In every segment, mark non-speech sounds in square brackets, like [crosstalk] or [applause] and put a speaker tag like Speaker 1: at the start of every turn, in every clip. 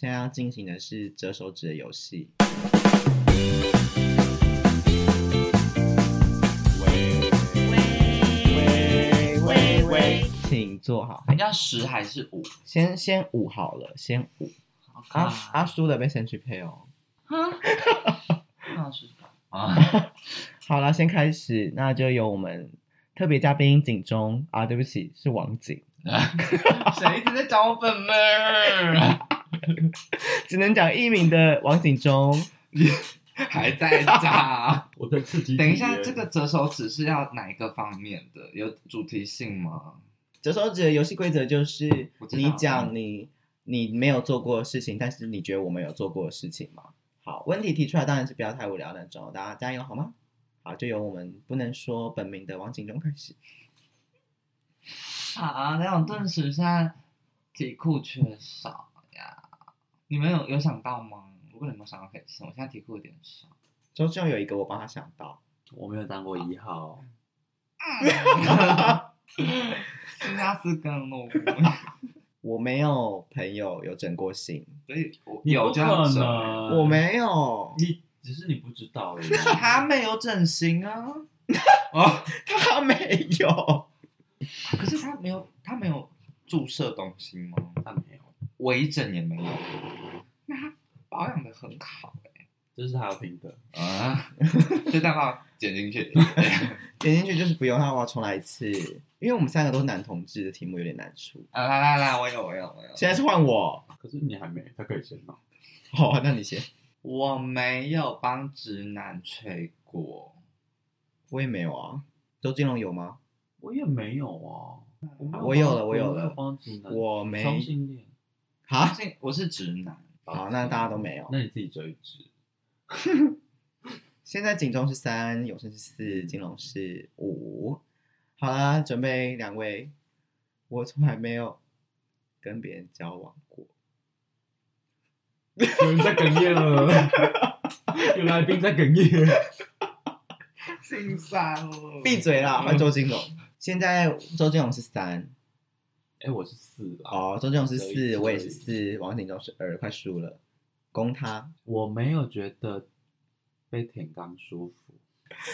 Speaker 1: 现在要进行的是折手指的游戏。
Speaker 2: 喂喂喂，
Speaker 1: 请坐好，
Speaker 2: 人家十还是五？
Speaker 1: 先先五好了，先五。
Speaker 2: 好看
Speaker 1: 阿
Speaker 3: 啊
Speaker 1: 阿输的被先去配哦。
Speaker 2: 那是啊，
Speaker 1: 好了，先开始，那就由我们特别嘉宾景中啊，对不起，是王景，
Speaker 3: 啊
Speaker 2: 谁一直在找我本妹儿？
Speaker 1: 只能讲艺名的王景中。
Speaker 2: 还在找？
Speaker 3: 我在刺激。
Speaker 2: 等一下，这个折手指是要哪一个方面的？有主题性吗？
Speaker 1: 折手指的游戏规则就是
Speaker 2: 我知道嗯
Speaker 1: 你讲你你没有做过的事情，但是你觉得我们有做过的事情嘛？好，问题提出来当然是不要太无聊那种，大家加油好吗？好，就由我们不能说本名的王景中开始。
Speaker 2: 啊，那种顿时现在题库缺少呀，你们有有想到吗？如果你们有想到可以先，我现在题库有点
Speaker 3: [laughs]
Speaker 2: 少。
Speaker 1: 周志勇有一个我帮他想到，
Speaker 3: 我没有当过一号，
Speaker 2: 新加坡跟路，
Speaker 1: 我没有朋友有整过型，
Speaker 2: 所以我
Speaker 3: 你
Speaker 2: 有
Speaker 3: 不
Speaker 2: 这样
Speaker 3: 可
Speaker 2: 整
Speaker 3: 能，
Speaker 2: 嗯
Speaker 1: 我，没有，
Speaker 3: 你只是你不知道而已。
Speaker 2: 他没有整形啊， [laughs] 哦，
Speaker 1: 他没有。
Speaker 2: 可是他没有，他没有注射东西吗？
Speaker 3: 他没有，
Speaker 2: 微整也没有，那他保养的很好
Speaker 3: 这是他的品德。
Speaker 2: 哎、 [laughs] 啊，这蛋糕剪进 [laughs] 去，
Speaker 1: 点进去就是不用，他我要重来一次，因为我们三个都是男同志的题目有点难出。
Speaker 2: 啊来来来，我有我有我有，
Speaker 1: 现在是换我，
Speaker 3: 可是你还没，他可以先闹。
Speaker 1: 好、那你先，
Speaker 2: 我没有帮直男吹过，
Speaker 1: 我也没有啊。周金龙有吗？
Speaker 3: 我也没有啊，
Speaker 1: 我有了我有了
Speaker 3: 没帮直男，
Speaker 1: 我没
Speaker 3: 双性恋。
Speaker 2: 相
Speaker 1: 啊。
Speaker 2: 信我是直男，
Speaker 1: 好，那大家都没有。
Speaker 3: 那你自己折一支。
Speaker 1: 现在警钟是三，永生是四，金龙是五。好啦，准备两位，我从来没有跟别人交往过。
Speaker 3: 有人在哽
Speaker 1: [laughs]
Speaker 3: 咽了，有来宾在哽咽。
Speaker 2: 心酸哦了
Speaker 1: 闭嘴啦，换周金龙。现在周金龙是三，
Speaker 3: 哎，我是四啦，
Speaker 1: 哦，周金龙是
Speaker 3: 可以
Speaker 1: 四，
Speaker 3: 可以
Speaker 1: 我也是四，王景忠是二，快输了，攻他。
Speaker 3: 我没有觉得被舔肛舒服。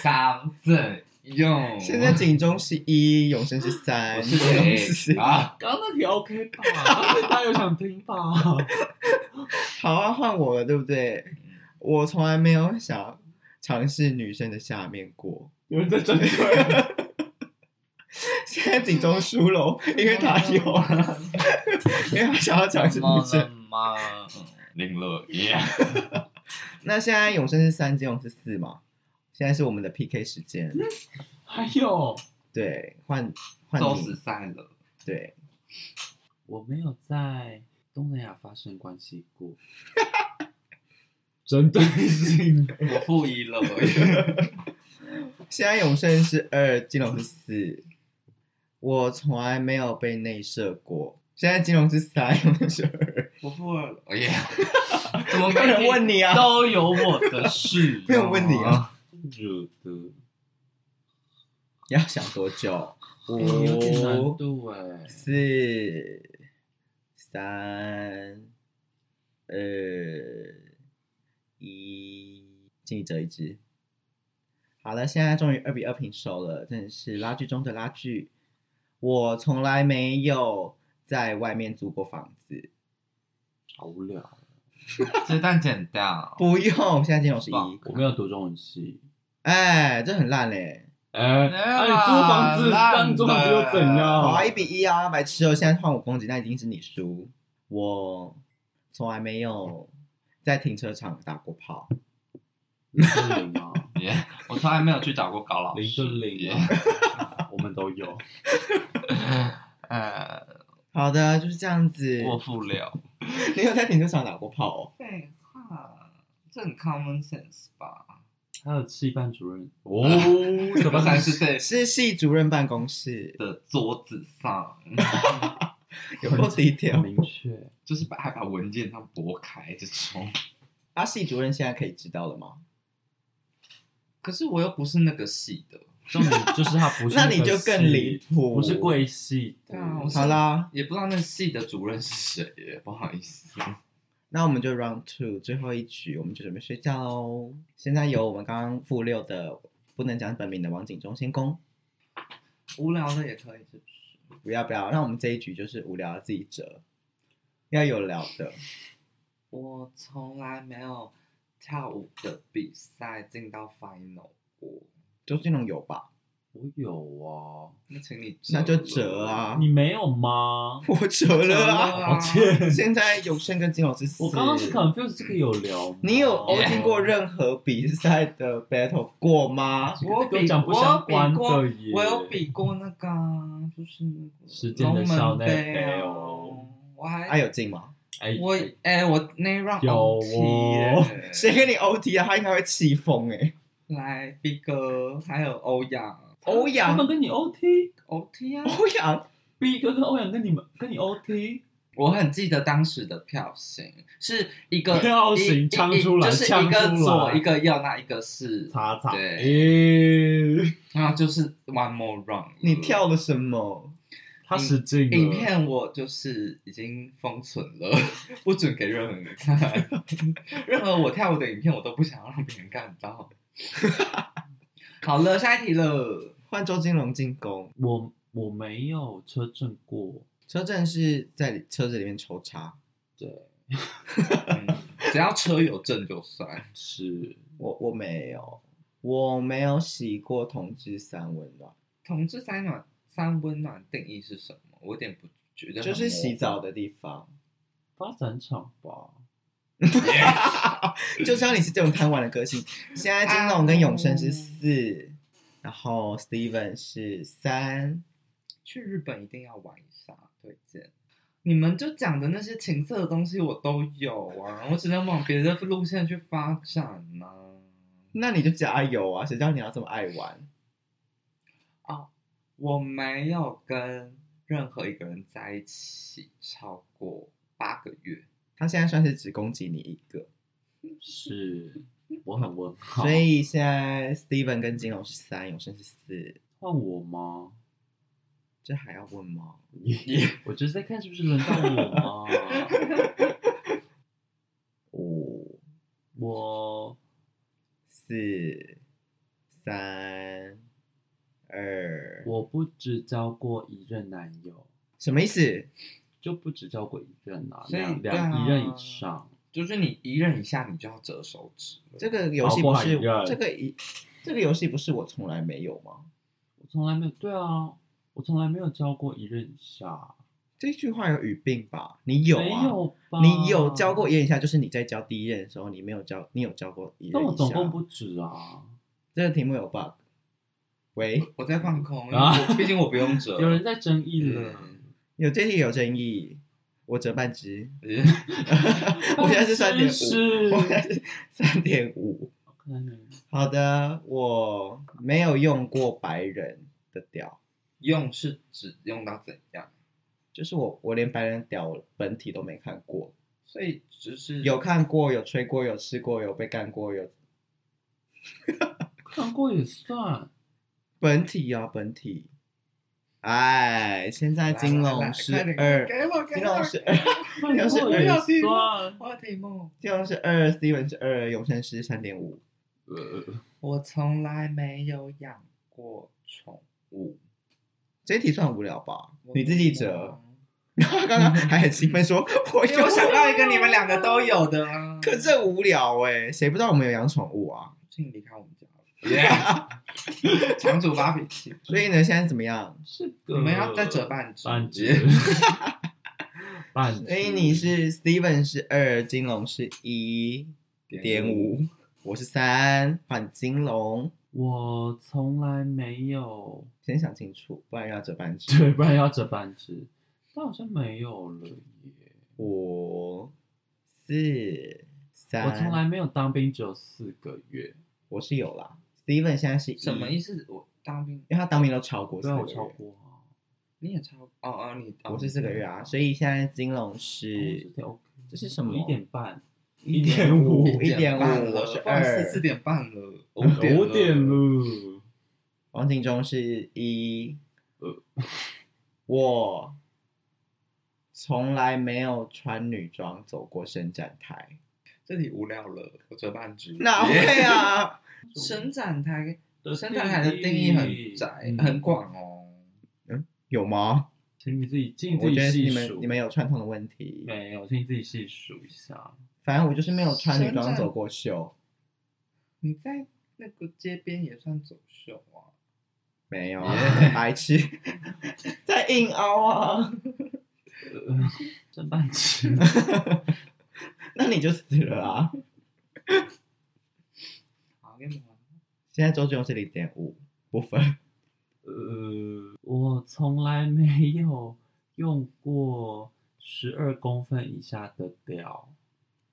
Speaker 2: 三怎用？
Speaker 1: 现在警钟是一，永生是
Speaker 2: 哦我
Speaker 1: 三，
Speaker 2: 是
Speaker 1: 金龙是
Speaker 2: 谁
Speaker 1: 四。
Speaker 2: [laughs] 啊？
Speaker 3: 刚刚那题 OK 吧？刚才大家有想听 [laughs] 吧？
Speaker 1: 好啊，换我了，对不对？我从来没有想尝试女生的下面过。
Speaker 3: 有人在针对。
Speaker 1: [laughs] 现在警钟输了 [laughs] 哦，因为他有啊， [laughs] 因为他想要尝试女生。
Speaker 2: 吗？ [laughs] 零六一，
Speaker 1: 那现在永生是三，金龙是四嘛？现在是我们的 PK 时间，
Speaker 3: 还有，
Speaker 1: 对，换换
Speaker 2: 周
Speaker 1: 你
Speaker 2: 十，三了。
Speaker 1: 对，
Speaker 3: 我没有在东南亚发生关系 [laughs] 过。针对性， [laughs]
Speaker 2: 我负一了， [laughs]
Speaker 1: 现在永生是二，金龙是四。我从来没有被内射过，现在金龙是三，永生是二。
Speaker 2: 我负二了， [laughs] 哎呀，怎么
Speaker 1: 没有人问
Speaker 2: 你
Speaker 1: 你啊？
Speaker 2: 都有我的事、
Speaker 1: 没有问你啊，
Speaker 3: 惹的
Speaker 1: 要想多久？
Speaker 3: 哎有点难
Speaker 1: 五、
Speaker 3: 度哎、
Speaker 1: 四、三、二、一，请你折一支。好了，现在终于二比二平手了，真的是拉锯中的拉锯。我从来没有在外面租过房子，
Speaker 3: 好无聊。
Speaker 2: 这段剪掉。
Speaker 1: 不用。现在金融是一，
Speaker 2: 棒
Speaker 3: 我没有读中文系。
Speaker 1: 哎，这很烂嘞、
Speaker 3: 哎、那、你租房子，
Speaker 2: 烂
Speaker 3: 那你租房子又怎
Speaker 2: 的
Speaker 3: 样？
Speaker 1: 好啊，一比一啊，白痴哦！现在换我攻击，那一定是你输。我从来没有在停车场打过炮。
Speaker 3: 是零啊，
Speaker 2: 耶我从来没有去找过高老师，
Speaker 3: 零就零
Speaker 2: 耶
Speaker 3: 啊、 [laughs] 我们都有。
Speaker 2: 呃，
Speaker 1: 好的，就是这样子。
Speaker 2: 我负六。
Speaker 1: 你有在停车场打过炮哦？
Speaker 2: 废话，这很 common sense 吧？
Speaker 3: 还有戏班主任哦，怎么
Speaker 2: 才
Speaker 3: 才
Speaker 2: 是
Speaker 3: 是
Speaker 2: 对
Speaker 1: 是系主任办公室，
Speaker 2: 的桌子 [laughs] 上，
Speaker 1: 有多低调？
Speaker 3: 明确？
Speaker 2: 就是把还把文件上拨开这种。
Speaker 1: 啊，系主任现在可以知道了吗？
Speaker 2: 可是我又不是那个系的，
Speaker 3: 重点就是他不
Speaker 1: [laughs]
Speaker 3: 是
Speaker 1: 那
Speaker 3: 个系，
Speaker 1: 你就更离谱。
Speaker 3: 不是贵系
Speaker 2: 对啊
Speaker 3: 的
Speaker 2: 我。
Speaker 1: 好啦，
Speaker 2: 也不知道那系的主任是谁耶，不好意思。
Speaker 1: 那我们就 round two 最后一局，我们就准备睡觉喽。现在由我们刚刚负六的不能讲本名的王景忠先攻，
Speaker 2: 无聊的也可以，是不是？
Speaker 1: 不要不要，让我们这一局就是无聊的自己折，要有聊的。
Speaker 2: 我从来没有跳舞的比赛进到 final 过，
Speaker 1: 周俊龙有吧？
Speaker 3: 我有哦，
Speaker 2: 那请你
Speaker 1: 那就折
Speaker 2: 折
Speaker 1: 啊！
Speaker 3: 你没有吗？
Speaker 1: 我折了
Speaker 2: 折
Speaker 1: 啊！
Speaker 2: 了
Speaker 3: 抱 [laughs] 歉，
Speaker 1: 现在永胜跟金老师，
Speaker 3: 我刚刚是 confuse 这个有聊吗，
Speaker 1: 你有
Speaker 2: 哦
Speaker 1: 经过任何比赛的 battle 过吗？
Speaker 2: 我
Speaker 3: 跟我
Speaker 2: 比
Speaker 3: 讲不
Speaker 2: 我
Speaker 3: 相
Speaker 2: 比
Speaker 3: 关
Speaker 2: 过，
Speaker 3: 的耶，
Speaker 2: 我有比过那个啊，就是那个
Speaker 3: 时间的校内
Speaker 2: 龙门杯
Speaker 3: 杯
Speaker 2: 啊
Speaker 3: 哦，
Speaker 2: 我还、
Speaker 1: 他有进吗？
Speaker 3: 哎，
Speaker 2: 我哎、我那一 round
Speaker 3: 有
Speaker 2: OT
Speaker 3: 哦
Speaker 2: 耶
Speaker 1: 谁给你 OT 啊？他应该会气疯哎！
Speaker 2: 来 B 哥还有欧阳
Speaker 1: [laughs] 欧
Speaker 3: 他
Speaker 1: 阳
Speaker 3: 们，跟你 OT。
Speaker 2: OT 啊，
Speaker 1: 欧阳，
Speaker 3: B 哥跟欧阳跟你们跟你 OT，
Speaker 2: 我很记得当时的票型是一个
Speaker 3: [laughs] 票型
Speaker 2: 一一
Speaker 3: 呛出来
Speaker 2: 就是一个
Speaker 3: 呛出
Speaker 2: 左
Speaker 3: 来
Speaker 2: 一个右，那一个是，
Speaker 3: 擦哎擦，咦
Speaker 2: 然后就是 one more round。
Speaker 1: 你跳了什么？
Speaker 3: 他使劲了
Speaker 2: 影片我就是已经封存了，不准给任何人看。任何我跳舞的影片，我都不想让别人看到。好了，下一题了。
Speaker 1: 换周金龙进攻，
Speaker 3: 我我没有车震过，
Speaker 1: 车震是在里车子里面抽插。
Speaker 3: 对，
Speaker 2: 嗯只要车有证就算。
Speaker 3: 是
Speaker 1: 我我没有，我没有洗过同志三温暖，
Speaker 2: 同志三暖三温暖定义是什么？我有点不觉得很模糊。
Speaker 1: 就是洗澡的地方。
Speaker 3: 发展场吧，
Speaker 1: 就像你是这种贪玩的个性， [laughs] 现在金龙跟永生是四，然后 Steven 是三，
Speaker 2: 去日本一定要玩一下，推荐。你们就讲的那些情色的东西我都有啊，我只能往别的路线去发展啊呢、
Speaker 1: 那你就加油啊！谁叫你要这么爱玩？
Speaker 2: 我没有跟任何一个人在一起超过八个月，
Speaker 1: 他现在算是只攻击你一个，
Speaker 3: 是我很问号，
Speaker 1: 所以现在 Steven 跟金龙是三，永生是四，
Speaker 3: 换我吗？
Speaker 1: 这还要问吗？ [laughs]
Speaker 3: 我就是在看是不是轮到我吗？
Speaker 1: 五
Speaker 3: 我
Speaker 1: 四三二，
Speaker 3: 我不止交过一任男友，
Speaker 1: 什么意思？
Speaker 3: 就不止交过一任啊，
Speaker 2: 所以
Speaker 3: 两
Speaker 2: 对啊
Speaker 3: 两一任以上，
Speaker 2: 就是你一任以下你就要折手指了。
Speaker 1: 这个游戏不是
Speaker 3: 好不好呀
Speaker 1: 这个一这个游戏不是我从来没有吗？
Speaker 3: 我从来没有对啊，我从来没有交过一任以下，
Speaker 1: 这句话有语病吧？你有啊？
Speaker 3: 没有吧？
Speaker 1: 你有教过一任以下，就是你在教第一任的时候，你没有教，你有教过一任
Speaker 3: 但
Speaker 1: 以下。
Speaker 3: 我总共不止啊。
Speaker 1: 这个题目有 bug。喂，
Speaker 2: 我在放空，因为
Speaker 3: 啊
Speaker 1: [laughs]
Speaker 2: 我毕竟我不用折。
Speaker 3: 有人在争议了，
Speaker 2: 嗯
Speaker 1: 有这题有争议，我折半
Speaker 3: [laughs]
Speaker 1: 只，
Speaker 2: 嗯
Speaker 1: 我
Speaker 3: 我
Speaker 1: 现在是三点五，
Speaker 3: 是
Speaker 1: 我现在是三点五。好的，我没有用过白人的屌，
Speaker 2: [laughs] 用是指用到怎样？
Speaker 1: 就是我我连白人的屌本体都没看过，
Speaker 2: 所以只是
Speaker 1: 有看过，有吹过，有吃过，有被干过，有
Speaker 3: 看过也算，
Speaker 1: 本体啊本体。哎，现在金龙是二，
Speaker 2: 给我给
Speaker 1: 金
Speaker 2: 我
Speaker 1: 龙是二。
Speaker 3: 看过也算。
Speaker 2: 我的题目，
Speaker 1: 金龙是二，Steven 是二，永生是三点五。
Speaker 3: 呃，
Speaker 2: 我从来没有养过宠物。
Speaker 1: 这一题算无聊吧？
Speaker 2: 我
Speaker 1: 你自己
Speaker 2: 没有
Speaker 1: 折
Speaker 2: 啊。，
Speaker 1: 然后刚刚还很兴奋说：“我
Speaker 2: 因
Speaker 1: [laughs]
Speaker 2: 为
Speaker 1: 有
Speaker 2: 我想到一个你们两个都有的啊。
Speaker 1: 可是很无聊哎、谁不知道我们有养宠物啊？
Speaker 2: 请你离开我们家。强主发脾气，
Speaker 1: 所以呢，
Speaker 3: 嗯
Speaker 1: 现在怎么样？
Speaker 3: 是个
Speaker 2: 你们要再折呃半只。
Speaker 3: 半
Speaker 1: [laughs]
Speaker 3: 截，半截。
Speaker 1: 所以你是 Steven 是二，金龙是一点五，我是三，换金龙。
Speaker 3: 我从来没有，
Speaker 1: 先想清楚，不然要折半只。
Speaker 3: 对，不然要折半只，但好像没有了耶。
Speaker 1: 五四三，
Speaker 3: 我从来没有当兵，只有四个月，
Speaker 1: 我是有啦。Steven 现在是一
Speaker 2: 什么意？思？我当兵，
Speaker 1: 因为他当兵都超过，
Speaker 3: 对啊，我超。过啊，
Speaker 2: 你也超哦哦，你哦
Speaker 1: 我是四个月啊，所
Speaker 2: 以
Speaker 1: 以现在金龙
Speaker 3: 哦
Speaker 1: 是
Speaker 3: 这 OK，
Speaker 1: 这是什么
Speaker 3: 一点半，
Speaker 1: 一
Speaker 3: 1.5
Speaker 1: 一点
Speaker 2: 半
Speaker 1: 五，
Speaker 2: 了
Speaker 1: 我是
Speaker 2: 不好意思
Speaker 1: 二，
Speaker 2: 四点半了，五点
Speaker 3: 五点了。
Speaker 1: 王景忠是一
Speaker 3: 呃，
Speaker 1: 我从来没有穿女装走过伸展台，
Speaker 2: 这里无聊了，我折半直。
Speaker 1: 哪会？
Speaker 3: [laughs]
Speaker 1: 啊？
Speaker 2: 伸展台，伸展台的定呃义很窄、
Speaker 3: 嗯
Speaker 2: 很广哦。
Speaker 1: 有吗？
Speaker 3: 请你自己，请你自
Speaker 1: 我觉得
Speaker 3: 己
Speaker 1: 是
Speaker 3: 细
Speaker 1: 你
Speaker 3: 数。
Speaker 1: 们你们有传统的问题。
Speaker 3: 没有？请你自己细数一下。
Speaker 1: 反正我就是没有穿女
Speaker 2: 伸
Speaker 1: 装
Speaker 2: 展
Speaker 1: 走过秀，
Speaker 2: 你在那个街边也算走秀啊？
Speaker 1: 没有啊
Speaker 3: Yeah
Speaker 1: 白痴， [laughs] 在硬凹啊！
Speaker 3: 呃真半吃。
Speaker 1: 那你就死了啊！
Speaker 2: 好，跟你们玩。
Speaker 1: 现在周志勇是零点五不分，
Speaker 3: 呃，我从来没有用过十二公分以下的屌。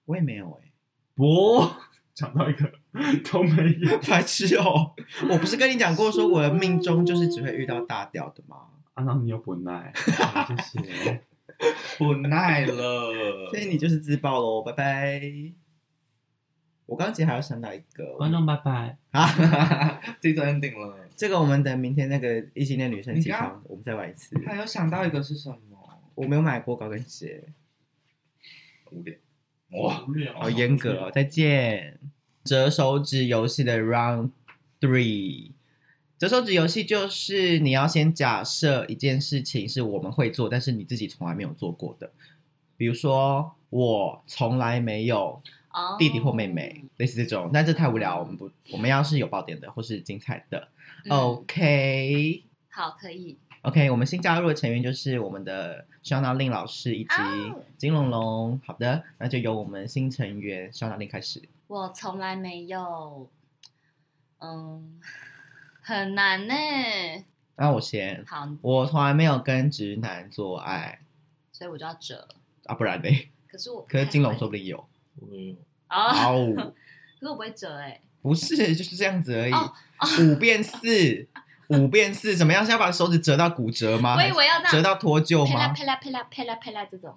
Speaker 1: 我也没有哎、
Speaker 3: 不，讲到一个都没有
Speaker 1: [laughs] 白痴哦！我不是跟你讲过说我的命中就是只会遇到大屌的吗？
Speaker 3: 啊，那你又不耐，好谢谢。
Speaker 2: 不耐了，
Speaker 1: 所以你就是自爆喽，拜拜。我刚刚其实还要想到一个
Speaker 3: 观众拜拜。
Speaker 1: 啊，
Speaker 2: 这个 ending 了。
Speaker 1: 这个我们等明天那个异性恋女生
Speaker 2: 你
Speaker 1: 集
Speaker 2: 刚
Speaker 1: 场，我们再玩一次。
Speaker 2: 还有想到一个是什么？
Speaker 1: 我没有买过高跟鞋，
Speaker 2: 无聊。哇，
Speaker 3: 无聊
Speaker 1: 好严格
Speaker 3: [laughs]
Speaker 1: 哦！再见。折手指游戏的 Round Three，折手指游戏就是你要先假设一件事情是我们会做，但是你自己从来没有做过的，比如说我从来没有
Speaker 4: 哦
Speaker 1: 弟弟或妹妹，类似这种，但这太无聊，我们不，我们要是有爆点的或是精彩的、
Speaker 4: 嗯
Speaker 1: o k
Speaker 4: 好，可以。
Speaker 1: OK，我们新加入的成员就是我们的肖娜令老师以及
Speaker 4: 哦
Speaker 1: 金龙龙。好的，那就由我们新成员肖娜令开始。
Speaker 4: 我从来没有，嗯，很难呢。
Speaker 1: 那我先，
Speaker 4: 好，
Speaker 1: 我从来没有跟直男做爱
Speaker 4: 所以我就要折。
Speaker 1: 啊，不然嘞？
Speaker 4: 可是我不
Speaker 1: 可是
Speaker 4: 太
Speaker 1: 金龙
Speaker 4: 会
Speaker 1: 说不定有。
Speaker 3: 我没有。
Speaker 4: [laughs] 哦，
Speaker 1: 哦，
Speaker 4: 可是我不会折哎。
Speaker 1: 不是，就是这样子而已
Speaker 4: 哦。
Speaker 1: 五变四，五变四，怎么样？是要把手指折到骨折吗？
Speaker 4: 我以为要这样
Speaker 1: 啊折到脱臼
Speaker 4: 啪啦
Speaker 1: 吗？
Speaker 4: 啪啦啪啦啪啦啪啦
Speaker 1: [laughs]
Speaker 4: 这种，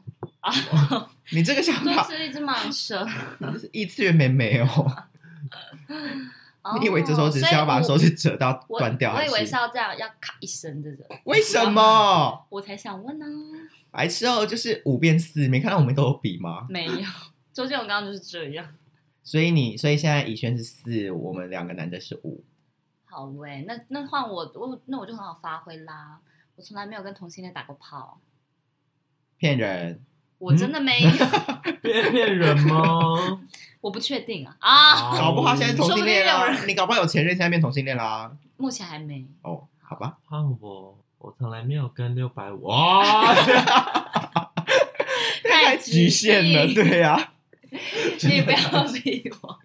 Speaker 1: 你这个想
Speaker 4: 就
Speaker 1: 法
Speaker 4: 是一只蟒蛇。
Speaker 1: 是异次元美美哦。
Speaker 4: 哦
Speaker 1: [laughs] 你以为折手指是要把手指折到
Speaker 4: 我
Speaker 1: 断掉？
Speaker 4: 哦我
Speaker 1: 还
Speaker 4: 以为是要这样，要咔一声这种。
Speaker 1: 为什么？
Speaker 4: 我才想问啊呢、
Speaker 1: 白痴哦，就是五变四，没看到我们都有比吗？
Speaker 4: 没有， [laughs] 周杰伦刚刚就是这样。
Speaker 1: 所以你，所以现在以轩是四，我们两个男的是五。
Speaker 4: 好喂、那那换我，我那我就很好发挥啦。我从来没有跟同性恋打过炮，
Speaker 1: 骗人，
Speaker 4: 我真的没有，
Speaker 3: 骗骗人吗？
Speaker 4: 我不确定啊啊，
Speaker 1: 搞不好现在同性恋
Speaker 4: 说不定
Speaker 1: 啦
Speaker 4: 有，
Speaker 1: 你搞不好有前任，现在变同性恋啦。
Speaker 4: 目前还没。
Speaker 1: 哦，好吧，
Speaker 3: 胖啊我，我从来没有跟六百五啊，
Speaker 1: 太局限了，
Speaker 4: 激进
Speaker 1: 对啊呀、
Speaker 4: 你不要逼我，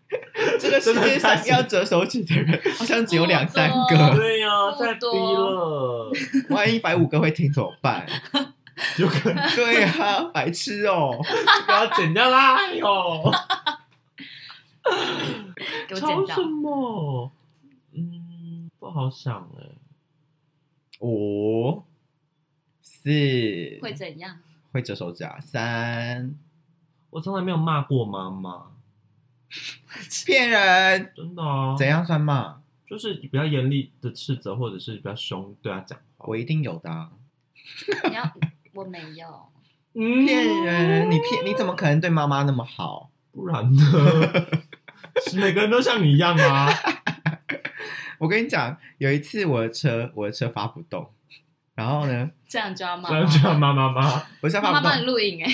Speaker 1: 这个世界上要折手指的
Speaker 4: [laughs]
Speaker 1: 人好像只有两三
Speaker 4: 哦
Speaker 1: 个，
Speaker 3: 对呀，
Speaker 4: 不多
Speaker 3: 太低了， [laughs]
Speaker 1: 万一百五个会听怎么办？
Speaker 3: 有可能
Speaker 1: 对呀、白痴哦，
Speaker 3: 不要剪掉啦，哎
Speaker 4: [laughs]
Speaker 3: 呦，
Speaker 4: 给我
Speaker 3: 吵
Speaker 4: 剪
Speaker 3: 什
Speaker 4: 掉。
Speaker 3: 么？嗯，不好想哎，
Speaker 1: 五四
Speaker 4: 会怎样？
Speaker 1: 会折手指啊，三
Speaker 3: 我从来没有骂过妈妈，
Speaker 1: 骗人，
Speaker 3: 真的啊，
Speaker 1: 怎？样算嘛？
Speaker 3: 就是比较严厉的斥责，或者是比较凶对他讲话。
Speaker 1: 我一定有的啊、
Speaker 4: 你要我没有，
Speaker 3: 嗯
Speaker 1: 骗人！你骗你怎么可能对妈妈那么好？
Speaker 3: 不然
Speaker 1: [laughs]
Speaker 3: 呢？是每个人都像你一样吗？
Speaker 1: 我跟你讲，有一次我的车我的车发不动，然后呢，
Speaker 4: 这样就要骂
Speaker 3: 这样这样妈妈吗？
Speaker 1: 我车发
Speaker 4: 妈妈
Speaker 1: 不
Speaker 4: 帮你
Speaker 1: 动，
Speaker 4: 录影哎、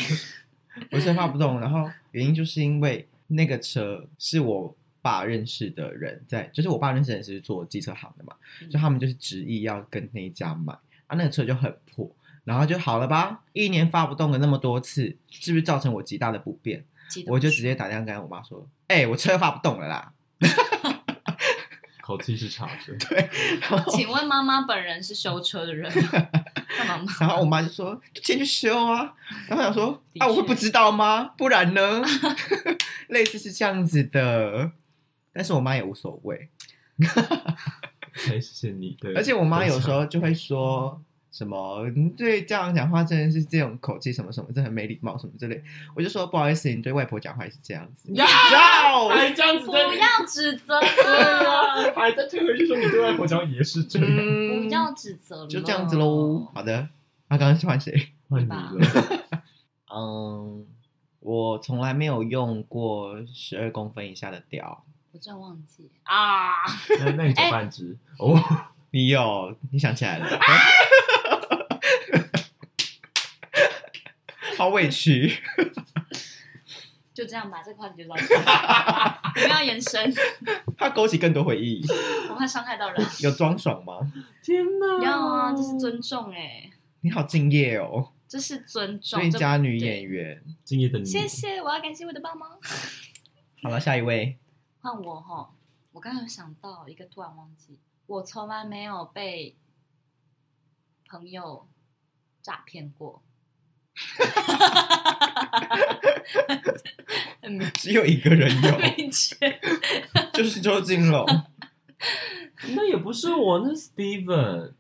Speaker 1: 我车 [laughs] 发不动，然后原因就是因为那个车是我爸认识的人在，就是我爸认识的人是做机车行的嘛，
Speaker 4: 嗯
Speaker 1: 就他们就是执意要跟那一家买，啊，那个车就很破，然后就好了吧，一年发不动了那么多次，是不是造成我极大的不便？
Speaker 4: 激动
Speaker 1: 我就直接打电话跟我妈说，哎、我车发不动了啦，
Speaker 3: 口气是差的。
Speaker 1: 然后
Speaker 4: 请问妈妈本人是修车的人吗？干嘛骂？
Speaker 1: 然后我妈就说：“就先去修啊。”然后我想说：“
Speaker 4: 的
Speaker 1: 啊，我会
Speaker 4: 确
Speaker 1: 不知道吗？不然呢？” [laughs] 类似是这样子的，但是我妈也无所谓。
Speaker 3: 才是你的。
Speaker 1: 而且我妈有时候就会说什么：“你对这样讲话真的是这种口气，什么什么，真的很没礼貌，什么之类。”我就说：“不好意思，你对外婆讲话也是这样子。
Speaker 3: 呀，
Speaker 4: [laughs]
Speaker 1: 嗯
Speaker 3: 还哎这样子
Speaker 4: 不
Speaker 3: 在，
Speaker 4: 要指责了，
Speaker 3: 还在退回去说你对外婆讲也是这样，
Speaker 1: 嗯
Speaker 4: 不，要指责了，
Speaker 1: 就这样子喽。好的，那刚刚是换谁？
Speaker 3: 换你了。
Speaker 1: 嗯，我从来没有用过十二公分以下的屌。
Speaker 4: 我真的忘记啊，
Speaker 3: 那那你只有半只哦，
Speaker 1: 你有？你想起来了？好委屈。
Speaker 4: 就这样吧，这个话题就到这里，不要延伸，
Speaker 1: 怕勾起更多回忆。
Speaker 4: 我怕伤害到人。
Speaker 1: 有装爽吗？
Speaker 3: 天哪！
Speaker 4: 要啊，这是尊重哎、
Speaker 1: 你好敬业哦，
Speaker 4: 这是尊重。
Speaker 1: 最
Speaker 4: 这
Speaker 1: 佳女
Speaker 4: 对
Speaker 1: 演员。
Speaker 3: 敬业的你，
Speaker 4: 谢谢，我要感谢我的爸妈。
Speaker 1: 好了，下一位。
Speaker 4: 换我哈，我刚刚有想到一个，突然忘记，我从来没有被朋友诈骗过。很明
Speaker 1: 只有一个人有，
Speaker 4: 明确，
Speaker 1: 就是周金龙。
Speaker 3: 那也不是我，那是 Steven，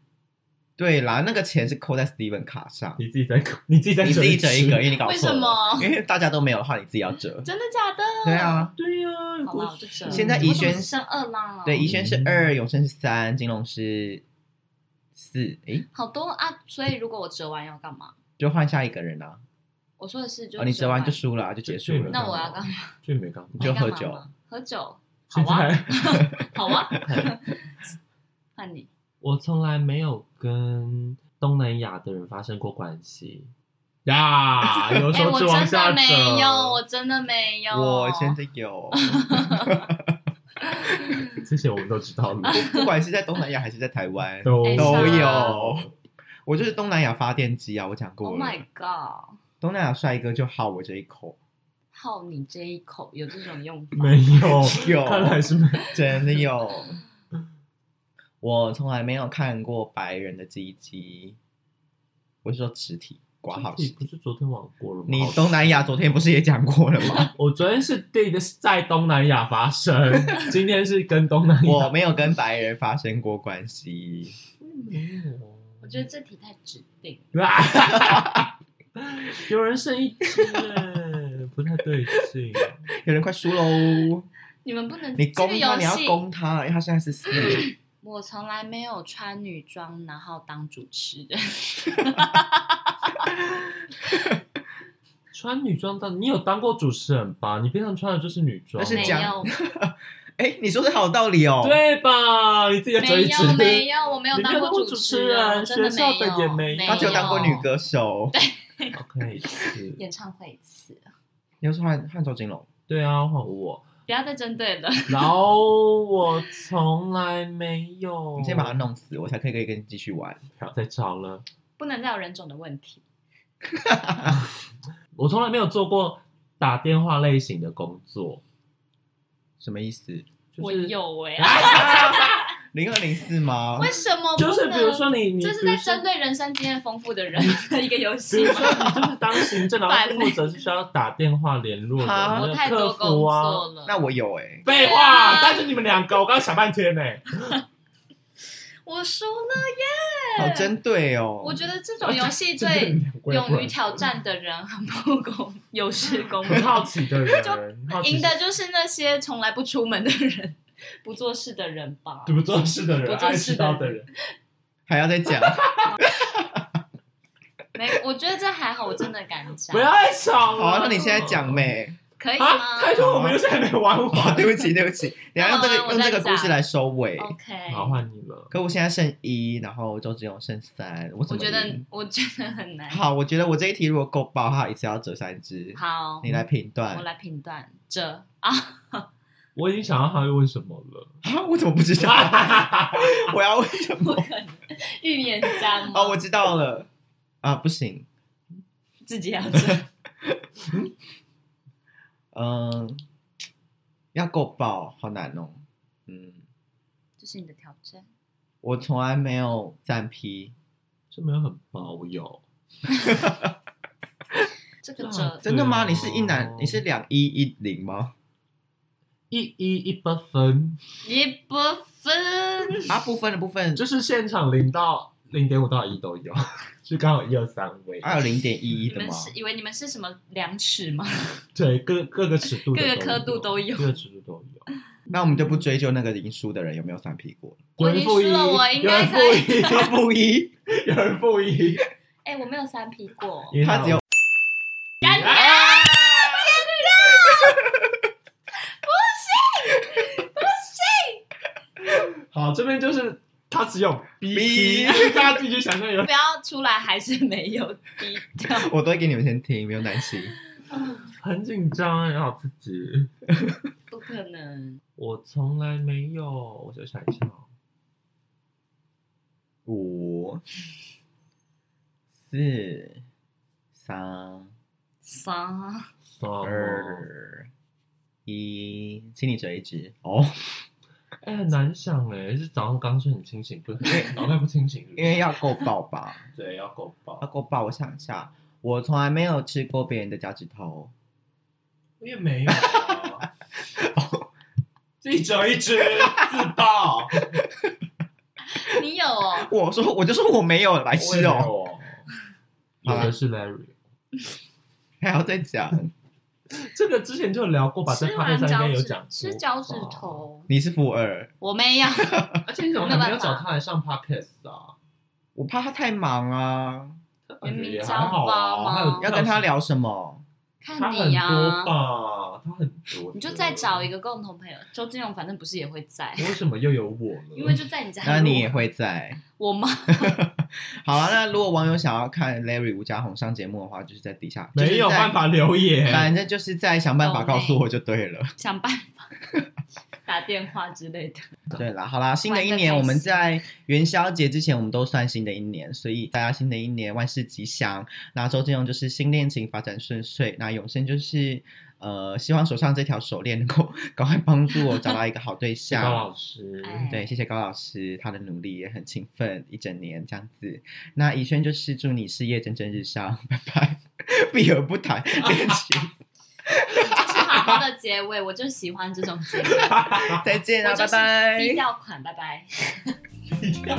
Speaker 1: 对啦，那个钱是扣在 Steven 卡上，
Speaker 3: 你自己在，你自己在
Speaker 1: 你自己折一个，
Speaker 3: 吃
Speaker 1: 因为你搞错了。
Speaker 4: 为什么
Speaker 1: 因为大家都没有的话，你自己要折。
Speaker 4: 真的哦假的？
Speaker 1: 对，啊，
Speaker 3: 对呀、如
Speaker 4: 好啦，
Speaker 3: 果
Speaker 4: 我就折了。
Speaker 1: 现在
Speaker 4: 我
Speaker 1: 宜
Speaker 4: 怎么
Speaker 1: 轩
Speaker 4: 升二啦，
Speaker 1: 对，宜轩是二，永生是三，金龙是四，诶，
Speaker 4: 好多啊。所以如果我折完要干嘛？
Speaker 1: 就换下一个人啊。
Speaker 4: 我说的是就
Speaker 1: 哦，你折完就输了啊，就
Speaker 3: 就
Speaker 1: 结束了。
Speaker 4: 那我要干嘛？
Speaker 3: 这没干嘛，
Speaker 1: 就喝
Speaker 4: 你干嘛
Speaker 1: 酒
Speaker 4: 吗，喝酒，好
Speaker 3: 现
Speaker 4: 啊，
Speaker 3: 在
Speaker 4: [laughs] 好
Speaker 3: [laughs]
Speaker 4: 啊。那你
Speaker 3: 我从来没有跟东南亚的人发生过关系 [laughs] 呀，由
Speaker 4: 哎，
Speaker 3: 手
Speaker 4: 我
Speaker 3: 指往
Speaker 4: 真
Speaker 3: 下
Speaker 4: 的
Speaker 3: 折。
Speaker 4: 没有，我真的没有。
Speaker 1: 我真的有，
Speaker 3: 这些我们都知道了，
Speaker 1: 不管是在东南亚还是在台湾
Speaker 3: [laughs] 都
Speaker 4: 啊哎
Speaker 1: 都
Speaker 4: 是
Speaker 1: 有
Speaker 4: 啊。
Speaker 1: 我就是东南亚发电机啊，我讲过
Speaker 4: Oh
Speaker 1: 了。
Speaker 4: my god！
Speaker 1: 东南亚帅哥就好我这一口， [laughs]
Speaker 4: 好你这一口有这种用法？
Speaker 3: 没有，
Speaker 1: 有
Speaker 3: [laughs] 看来是没
Speaker 1: 真的有。我从来没有看过白人的鸡鸡，我是说肢体，挂号肢
Speaker 3: 你不
Speaker 1: 体。
Speaker 3: 是昨天晚过了吗？
Speaker 1: 你东南亚昨天不是也讲过了吗？
Speaker 3: [laughs] 我昨天是第一个是在东南亚发
Speaker 1: [laughs]
Speaker 3: 生，今天是跟东南亚。
Speaker 1: 我没有跟白人发生过关系。
Speaker 4: 我觉得这题太指定。
Speaker 3: 哇 [laughs] 有人剩一只哎，不太对劲。
Speaker 1: 有人快输喽！
Speaker 4: 你们不能
Speaker 1: 你
Speaker 4: 这
Speaker 1: 攻
Speaker 4: 个
Speaker 1: 他，
Speaker 4: 游
Speaker 1: 你要
Speaker 4: 戏。
Speaker 1: 攻他，因为他现在是四。
Speaker 4: 我从来没有穿女装然后当主持人，
Speaker 3: 穿女装当，你有当过主持人吧？你平常穿的就是女装，
Speaker 1: 那是
Speaker 4: 没
Speaker 1: 讲
Speaker 4: 有
Speaker 1: 哎，你说的好有道理哦。，
Speaker 3: 对吧？你自己的 [laughs]
Speaker 4: 没
Speaker 3: 嘴
Speaker 4: 有
Speaker 3: 唇，
Speaker 4: 没有，我没有
Speaker 3: 你没
Speaker 4: 当
Speaker 3: 有当过
Speaker 4: 过
Speaker 3: 主持
Speaker 4: 持
Speaker 3: 人
Speaker 4: 真的
Speaker 3: 学校的也没
Speaker 4: 没
Speaker 3: 有
Speaker 1: 他只有当过女歌手。
Speaker 3: OK，是
Speaker 4: 演唱会一次，
Speaker 1: 你又是换换周金龙，
Speaker 3: 对啊，换我。
Speaker 4: 不要再针对了。
Speaker 3: 然后我从来没有，
Speaker 1: 你先把他弄死，我才可以可以跟你继续玩。
Speaker 3: 不要再找了。
Speaker 4: 不能再有人种的问题。
Speaker 3: 我从来没有做过打电话类型的工作，
Speaker 1: 什么意思？
Speaker 3: 就
Speaker 4: 我
Speaker 3: 是啊
Speaker 4: 有哎、
Speaker 1: 零二零四吗？
Speaker 4: 为什么不
Speaker 3: 就
Speaker 4: 能？
Speaker 3: 是比如说你，你
Speaker 4: 这是
Speaker 3: 比如
Speaker 4: 在
Speaker 3: 说
Speaker 4: 针对人生经验丰富的人的一个游
Speaker 3: 比
Speaker 4: 戏
Speaker 3: 如
Speaker 4: 吗？
Speaker 3: 说，你就是当行政，然后就负责是需要打电话联络
Speaker 1: 好
Speaker 3: 的，
Speaker 4: 我
Speaker 3: 你
Speaker 4: 太
Speaker 3: 的
Speaker 4: 多
Speaker 3: 客
Speaker 4: 工
Speaker 3: 服
Speaker 4: 作
Speaker 3: 啊。
Speaker 4: 了。
Speaker 1: 那我有哎，
Speaker 3: 废
Speaker 4: 对啊
Speaker 3: 话，但是你们两个，我刚刚想半天呢。
Speaker 4: 我输了耶！
Speaker 1: 好针对哦。
Speaker 4: 我觉得这
Speaker 3: 啊
Speaker 4: 种游 [laughs] 戏对勇于挑战的人很不公，有失公
Speaker 3: 很
Speaker 4: 平。
Speaker 3: 好奇的人，好奇
Speaker 4: 赢的就是那些从来不出门的人， [laughs] 不做事的人吧。
Speaker 3: 不做事的人，
Speaker 4: 不做
Speaker 3: 爱迟
Speaker 4: 事的人
Speaker 3: 到的人，
Speaker 1: 还要再
Speaker 4: [laughs]
Speaker 1: 讲，
Speaker 4: 没，我觉得这还好，我真的敢讲
Speaker 3: 不。要再吵
Speaker 1: 好
Speaker 3: 了
Speaker 1: 啊，。那你现在讲呗。
Speaker 4: 可以
Speaker 3: 啊？
Speaker 4: 吗
Speaker 3: 开头我们游戏还没玩
Speaker 1: 啊，
Speaker 3: 完。
Speaker 1: 对不起，对不起，你要用这个
Speaker 4: 好啊我
Speaker 1: 用
Speaker 4: 在
Speaker 1: 这个故事
Speaker 4: 讲哦
Speaker 1: 来收尾。
Speaker 4: ？OK。
Speaker 3: 好，换你了。
Speaker 1: 可我现在剩一，然后周志勇剩三，我怎么
Speaker 4: 我觉得
Speaker 1: 赢，
Speaker 4: 我觉得很难。
Speaker 1: 好，我觉得我这一题如果够爆，它一次要折三只。
Speaker 4: 好，
Speaker 1: 你来评
Speaker 4: 我
Speaker 1: 断
Speaker 4: 来评断这啊，
Speaker 3: 我已经想到他会问什么 [laughs] 了。
Speaker 1: 啊？我怎么不知道？
Speaker 4: [laughs]
Speaker 1: 我要问什
Speaker 4: 不
Speaker 1: 么？
Speaker 4: 可能，预言家吗？
Speaker 1: 哦，我知道了。啊，不行，
Speaker 4: 自己要这。
Speaker 1: 嗯，要够爆，好难哦。嗯，
Speaker 4: 这是你的挑战。
Speaker 1: 我从来没有占 P，
Speaker 3: 这没有很包有，
Speaker 4: 这
Speaker 3: 这
Speaker 4: 个
Speaker 3: 样
Speaker 4: 折
Speaker 3: 子
Speaker 1: 真的吗？
Speaker 3: 对
Speaker 1: 你
Speaker 3: 哦
Speaker 1: 是一男，你是两一一零吗？
Speaker 3: 一一一百分，
Speaker 4: 一不分。
Speaker 1: 啊，不分的部分
Speaker 3: 就是现场零到零点五到一都有， [laughs] 就刚好一二三位。
Speaker 1: 还有零点一一
Speaker 4: 你
Speaker 1: 的
Speaker 4: 们
Speaker 1: 吗？
Speaker 4: 是以为你们是什么量尺吗？
Speaker 3: 对，各各个尺度的都有，
Speaker 4: 各个刻度都有
Speaker 3: 各个尺度都有。
Speaker 1: 那我们就不追究那个赢输的人有没有三屁股了。
Speaker 3: 有
Speaker 4: 我
Speaker 3: 人
Speaker 4: 已经
Speaker 3: 负一，
Speaker 4: 输了我应
Speaker 3: 有
Speaker 4: 该
Speaker 3: 人负一，
Speaker 1: 他 [laughs] 不一，
Speaker 3: 有人负一，
Speaker 4: 哎、我没有三 P 过。
Speaker 3: 因为
Speaker 1: 他只有
Speaker 3: 有
Speaker 4: 该
Speaker 3: 这边就是他只有
Speaker 1: B
Speaker 3: B，大家自己去想象有
Speaker 4: 不要出来还是没有低调。
Speaker 1: [laughs] 我都会给你们先听，不用担心。
Speaker 3: [laughs] 很紧张，欸然后自己。
Speaker 4: 不可能，
Speaker 3: 我从来没有，我就想一下哦，
Speaker 1: 五、四、三、
Speaker 4: 啥？
Speaker 3: 什么
Speaker 1: 二、一，请你折一支哦，
Speaker 3: 哎、很难想哎，是早上刚睡很清醒，不是脑袋不清醒是不是
Speaker 1: 因为要够爆吧。
Speaker 3: 对要够
Speaker 1: 要
Speaker 3: 饱，
Speaker 1: 够爆，我想一下，我从来没有吃过别人的脚趾头。
Speaker 3: 我也没
Speaker 1: [laughs]
Speaker 3: 有、啊，
Speaker 1: 哦
Speaker 3: [laughs] 自己找一只自 [laughs] 爆，
Speaker 4: 你有哦？
Speaker 1: 我说，我就说我没有，白痴哦，
Speaker 3: 哦，
Speaker 1: 好
Speaker 3: 有
Speaker 1: 啦
Speaker 3: 的是 Larry，
Speaker 1: 还要再讲。
Speaker 3: 这个之前就聊过吧，在
Speaker 4: 吃
Speaker 3: 咖啡
Speaker 4: 完
Speaker 3: 上应
Speaker 4: 脚
Speaker 3: 该有
Speaker 4: 趾
Speaker 3: 讲过，
Speaker 4: 吃脚趾，头，
Speaker 1: 你是负二，
Speaker 4: 我没有。
Speaker 3: 哦 [laughs] 而且你怎么还没有找他来上 podcast 啊？
Speaker 1: 我怕他太忙啊，
Speaker 3: 感觉也
Speaker 4: 明
Speaker 3: 还好
Speaker 4: 招吧
Speaker 3: 啊，他有
Speaker 1: 要跟他聊什么？
Speaker 3: [laughs] 他
Speaker 4: 看
Speaker 3: 很
Speaker 4: 你
Speaker 3: 多
Speaker 4: 啊，
Speaker 3: 吧，他很多，
Speaker 4: 你就再找一
Speaker 3: 个。
Speaker 4: 个共同朋友。周金荣反正不是也会在，
Speaker 3: 为什么又有我了？
Speaker 4: 因为就在你家。
Speaker 1: 那你也会在。
Speaker 4: 我吗？
Speaker 1: 好了，那如果网友想要看 Larry 吴家宏上节目的话，就是在底下，
Speaker 3: 没有办
Speaker 1: 法，
Speaker 3: 法留言，
Speaker 1: 反正就是在想办法告诉我就对了。
Speaker 4: 想办
Speaker 1: [laughs]
Speaker 4: 法打电话之类的。
Speaker 1: 对啦，好啦，新的一年我们在元宵节之前，我们都算新的一年，所以大家新的一年万事吉祥。那周金荣就是新恋情发展顺遂，那永生就是呃，希望手上这条手链能够 [laughs] 赶快帮助我找到一个好对
Speaker 3: 高
Speaker 1: 象。
Speaker 3: 老师，
Speaker 4: 哎
Speaker 1: 对，谢谢高老师，他的努力也很勤奋，一整年这样子。那以轩就是祝你事业蒸蒸日上，拜拜， [laughs] 避而不谈恋情，
Speaker 3: [laughs]
Speaker 4: 这是好好的结尾，我就喜欢这种结尾。
Speaker 1: 再见
Speaker 4: 我
Speaker 1: 啦，
Speaker 4: 就
Speaker 1: 拜
Speaker 4: 是
Speaker 1: 拜
Speaker 4: 低。调款，拜拜。
Speaker 3: 低调